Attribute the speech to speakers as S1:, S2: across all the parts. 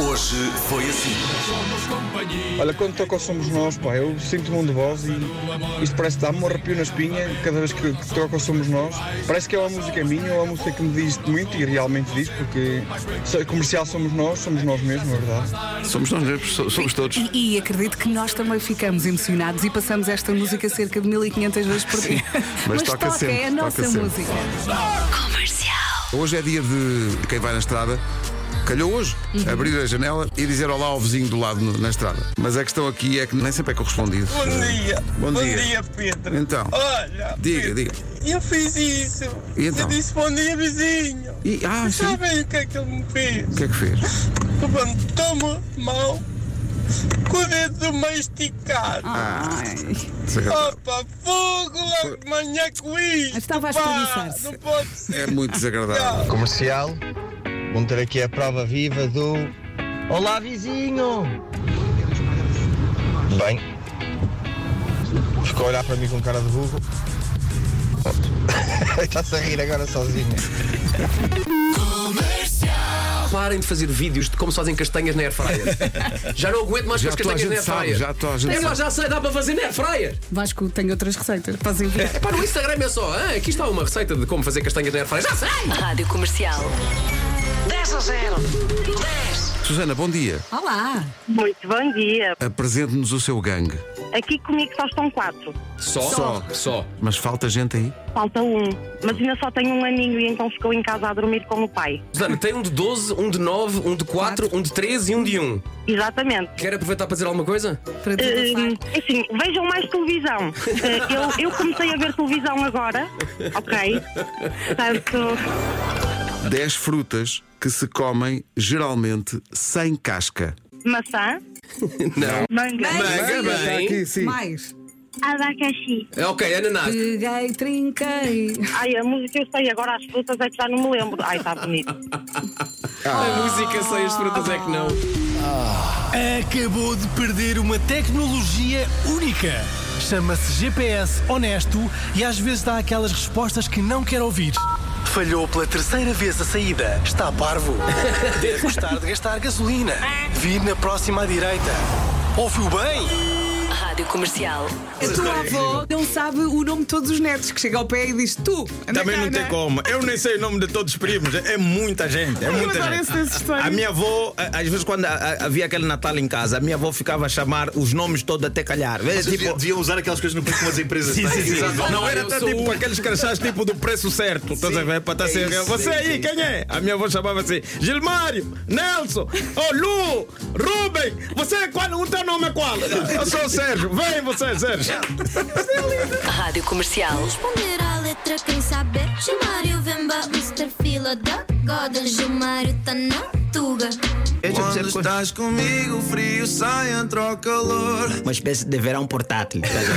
S1: Hoje foi assim.
S2: Olha, quando toca o Somos Nós, pá, eu sinto-me um de voz e isto parece que dá-me um arrepio na espinha cada vez que, que toca o Somos Nós. Parece que é uma música minha ou uma música que me diz muito e realmente diz, porque se- comercial somos nós, somos nós mesmos, é verdade.
S3: Somos nós mesmos, so- somos todos.
S4: E, e acredito que nós também ficamos emocionados e passamos esta música cerca de 1500 vezes por dia.
S3: mas toca sempre,
S4: é a
S3: toca
S4: nossa
S3: sempre.
S4: música.
S3: Hoje é dia de quem vai na estrada. Calhou hoje abrir a janela e dizer olá ao vizinho do lado no- na estrada. Mas a questão aqui é que nem sempre é correspondido.
S5: Bom dia.
S3: Bom dia.
S5: Pedro.
S3: Então,
S5: Olha.
S3: diga,
S5: Pedro,
S3: diga.
S5: Eu fiz isso.
S3: E então?
S5: Eu disse bom dia, vizinho.
S3: E, ah, sim.
S5: Sabem o que é que ele me fez?
S3: O que é que fez?
S5: Levantou-me mal com o dedo do meio esticado.
S3: Ah.
S4: Ai,
S5: Opa, fogo logo de manhã com isto.
S4: Estava a
S5: pá.
S4: espreguiçar-se.
S5: Não pode ser.
S3: É muito desagradável.
S6: Comercial, vamos ter aqui a prova viva do Olá vizinho! Bem, ficou a olhar para mim com cara de burro. Está-se a rir agora sozinho.
S7: Parem de fazer vídeos de como se fazem castanhas na airfryer. já não aguento mais
S3: Já
S7: com as
S3: toda a
S7: castanhas na
S3: gente sabe,
S7: airfryer.
S3: já toda a gente
S7: É,
S3: sabe.
S7: eu já sei, dá para fazer na airfryer.
S4: Vasco, tenho outras receitas. Podes enviar.
S7: Pá, no Instagram é só, ah, aqui está uma receita de como fazer castanhas na airfryer. Já sei!
S8: Rádio Comercial. 10 a 0. 10.
S3: Susana, bom dia.
S4: Olá!
S9: Muito bom dia.
S3: Apresente-nos o seu gangue.
S9: Aqui comigo só estão quatro.
S7: Só?
S3: Só.
S7: Só.
S3: Mas falta gente aí?
S9: Falta um. Mas ainda só tem um aninho e então ficou em casa a dormir com o pai.
S7: Susana, tem um de 12, um de 9, um de 4, um de 13 e um de 1.
S9: Exatamente.
S7: Quer aproveitar para dizer alguma coisa?
S4: Para te
S9: Hum,
S4: abafar.
S9: assim, vejam mais televisão. Eh, eu, eu comecei a ver televisão agora, ok? Portanto,
S3: 10 frutas que se comem geralmente sem casca.
S9: maçã,
S7: Não.
S9: manga,
S7: Manga,
S3: Está
S7: bem.
S3: aqui, sim.
S4: Mais.
S9: abacaxi.
S7: É, Ok, ananás.
S4: Peguei, trinquei.
S9: Ai, a música eu sei, agora as frutas é que já não me lembro. Ai, está bonito.
S7: A música sem as frutas é que não.
S10: Acabou de perder uma tecnologia única. Chama-se GPS honesto e às vezes dá aquelas respostas que não quer ouvir. Falhou pela terceira vez a saída. Está parvo. Deve gostar de gastar gasolina. Vir na próxima à direita. Ouviu bem?
S8: Rádio Comercial.
S4: A tua avó não sabe o nome de todos os netos, que chega ao pé e diz tu. anda
S5: Também
S4: cá,
S5: não tem
S4: anda.
S5: como. Eu nem sei o nome de todos os primos. É muita gente. É muita
S4: adoro essas
S5: gente.
S4: histórias.
S5: A minha avó, a- às vezes, quando a- a- havia aquele Natal em casa, a minha avó ficava a chamar os nomes todos até calhar. Vê, tipo,
S1: Deviam usar aquelas coisas no país como as empresas é?
S5: Sim,
S1: têm.
S5: sim, sim.
S1: Exato.
S5: Não era
S7: Eu
S5: até
S7: sou
S5: tipo
S7: o- É
S5: com aqueles crachás tipo do preço certo. Estás a ver? Para estar sem real. Você aí, quem é? A minha avó chamava assim: Gilmário, Nelson, oh, Lu, Rubem. Você é qual? O teu nome é qual? Eu sou o Sérgio. Vem você, é Sérgio.
S8: Rádio Comercial.
S11: Responder à letra, quem saber? Gilmário Vemba, Mr. Fila da Goda. Gilmário tá na tuga.
S5: Quando estás comigo, frio sai, entra o calor. Uma espécie de verão portátil. estás a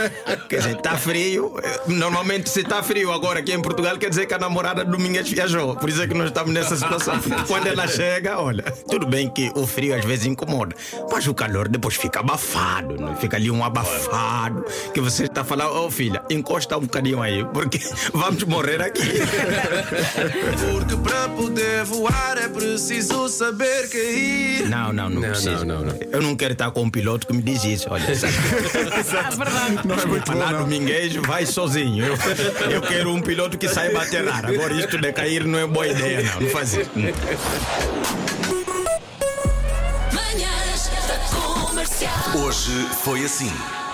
S5: ver? quer dizer, está frio. Normalmente, se está frio agora aqui em Portugal, quer dizer que a namorada de Domingues viajou. Por isso é que nós estamos nessa situação. Quando ela chega, olha, tudo bem que o frio às vezes incomoda, mas o calor depois fica abafado, né? fica ali um abafado. Que você está a falar, oh filha, encosta um bocadinho aí, porque vamos morrer aqui. Porque para poder voar é preciso saber cair. Não, não, não, preciso.
S7: não, não.
S5: Eu não quero estar com um piloto que me diz isso. Olha,
S3: Não é muito bom,
S5: falar
S3: não.
S5: dominguês, vai sozinho. Eu, eu quero um piloto que saiba aterrar. Agora, isto de cair não é boa ideia, não. Não faz isso.
S11: Manhãs da Comercial.
S1: Hoje foi assim.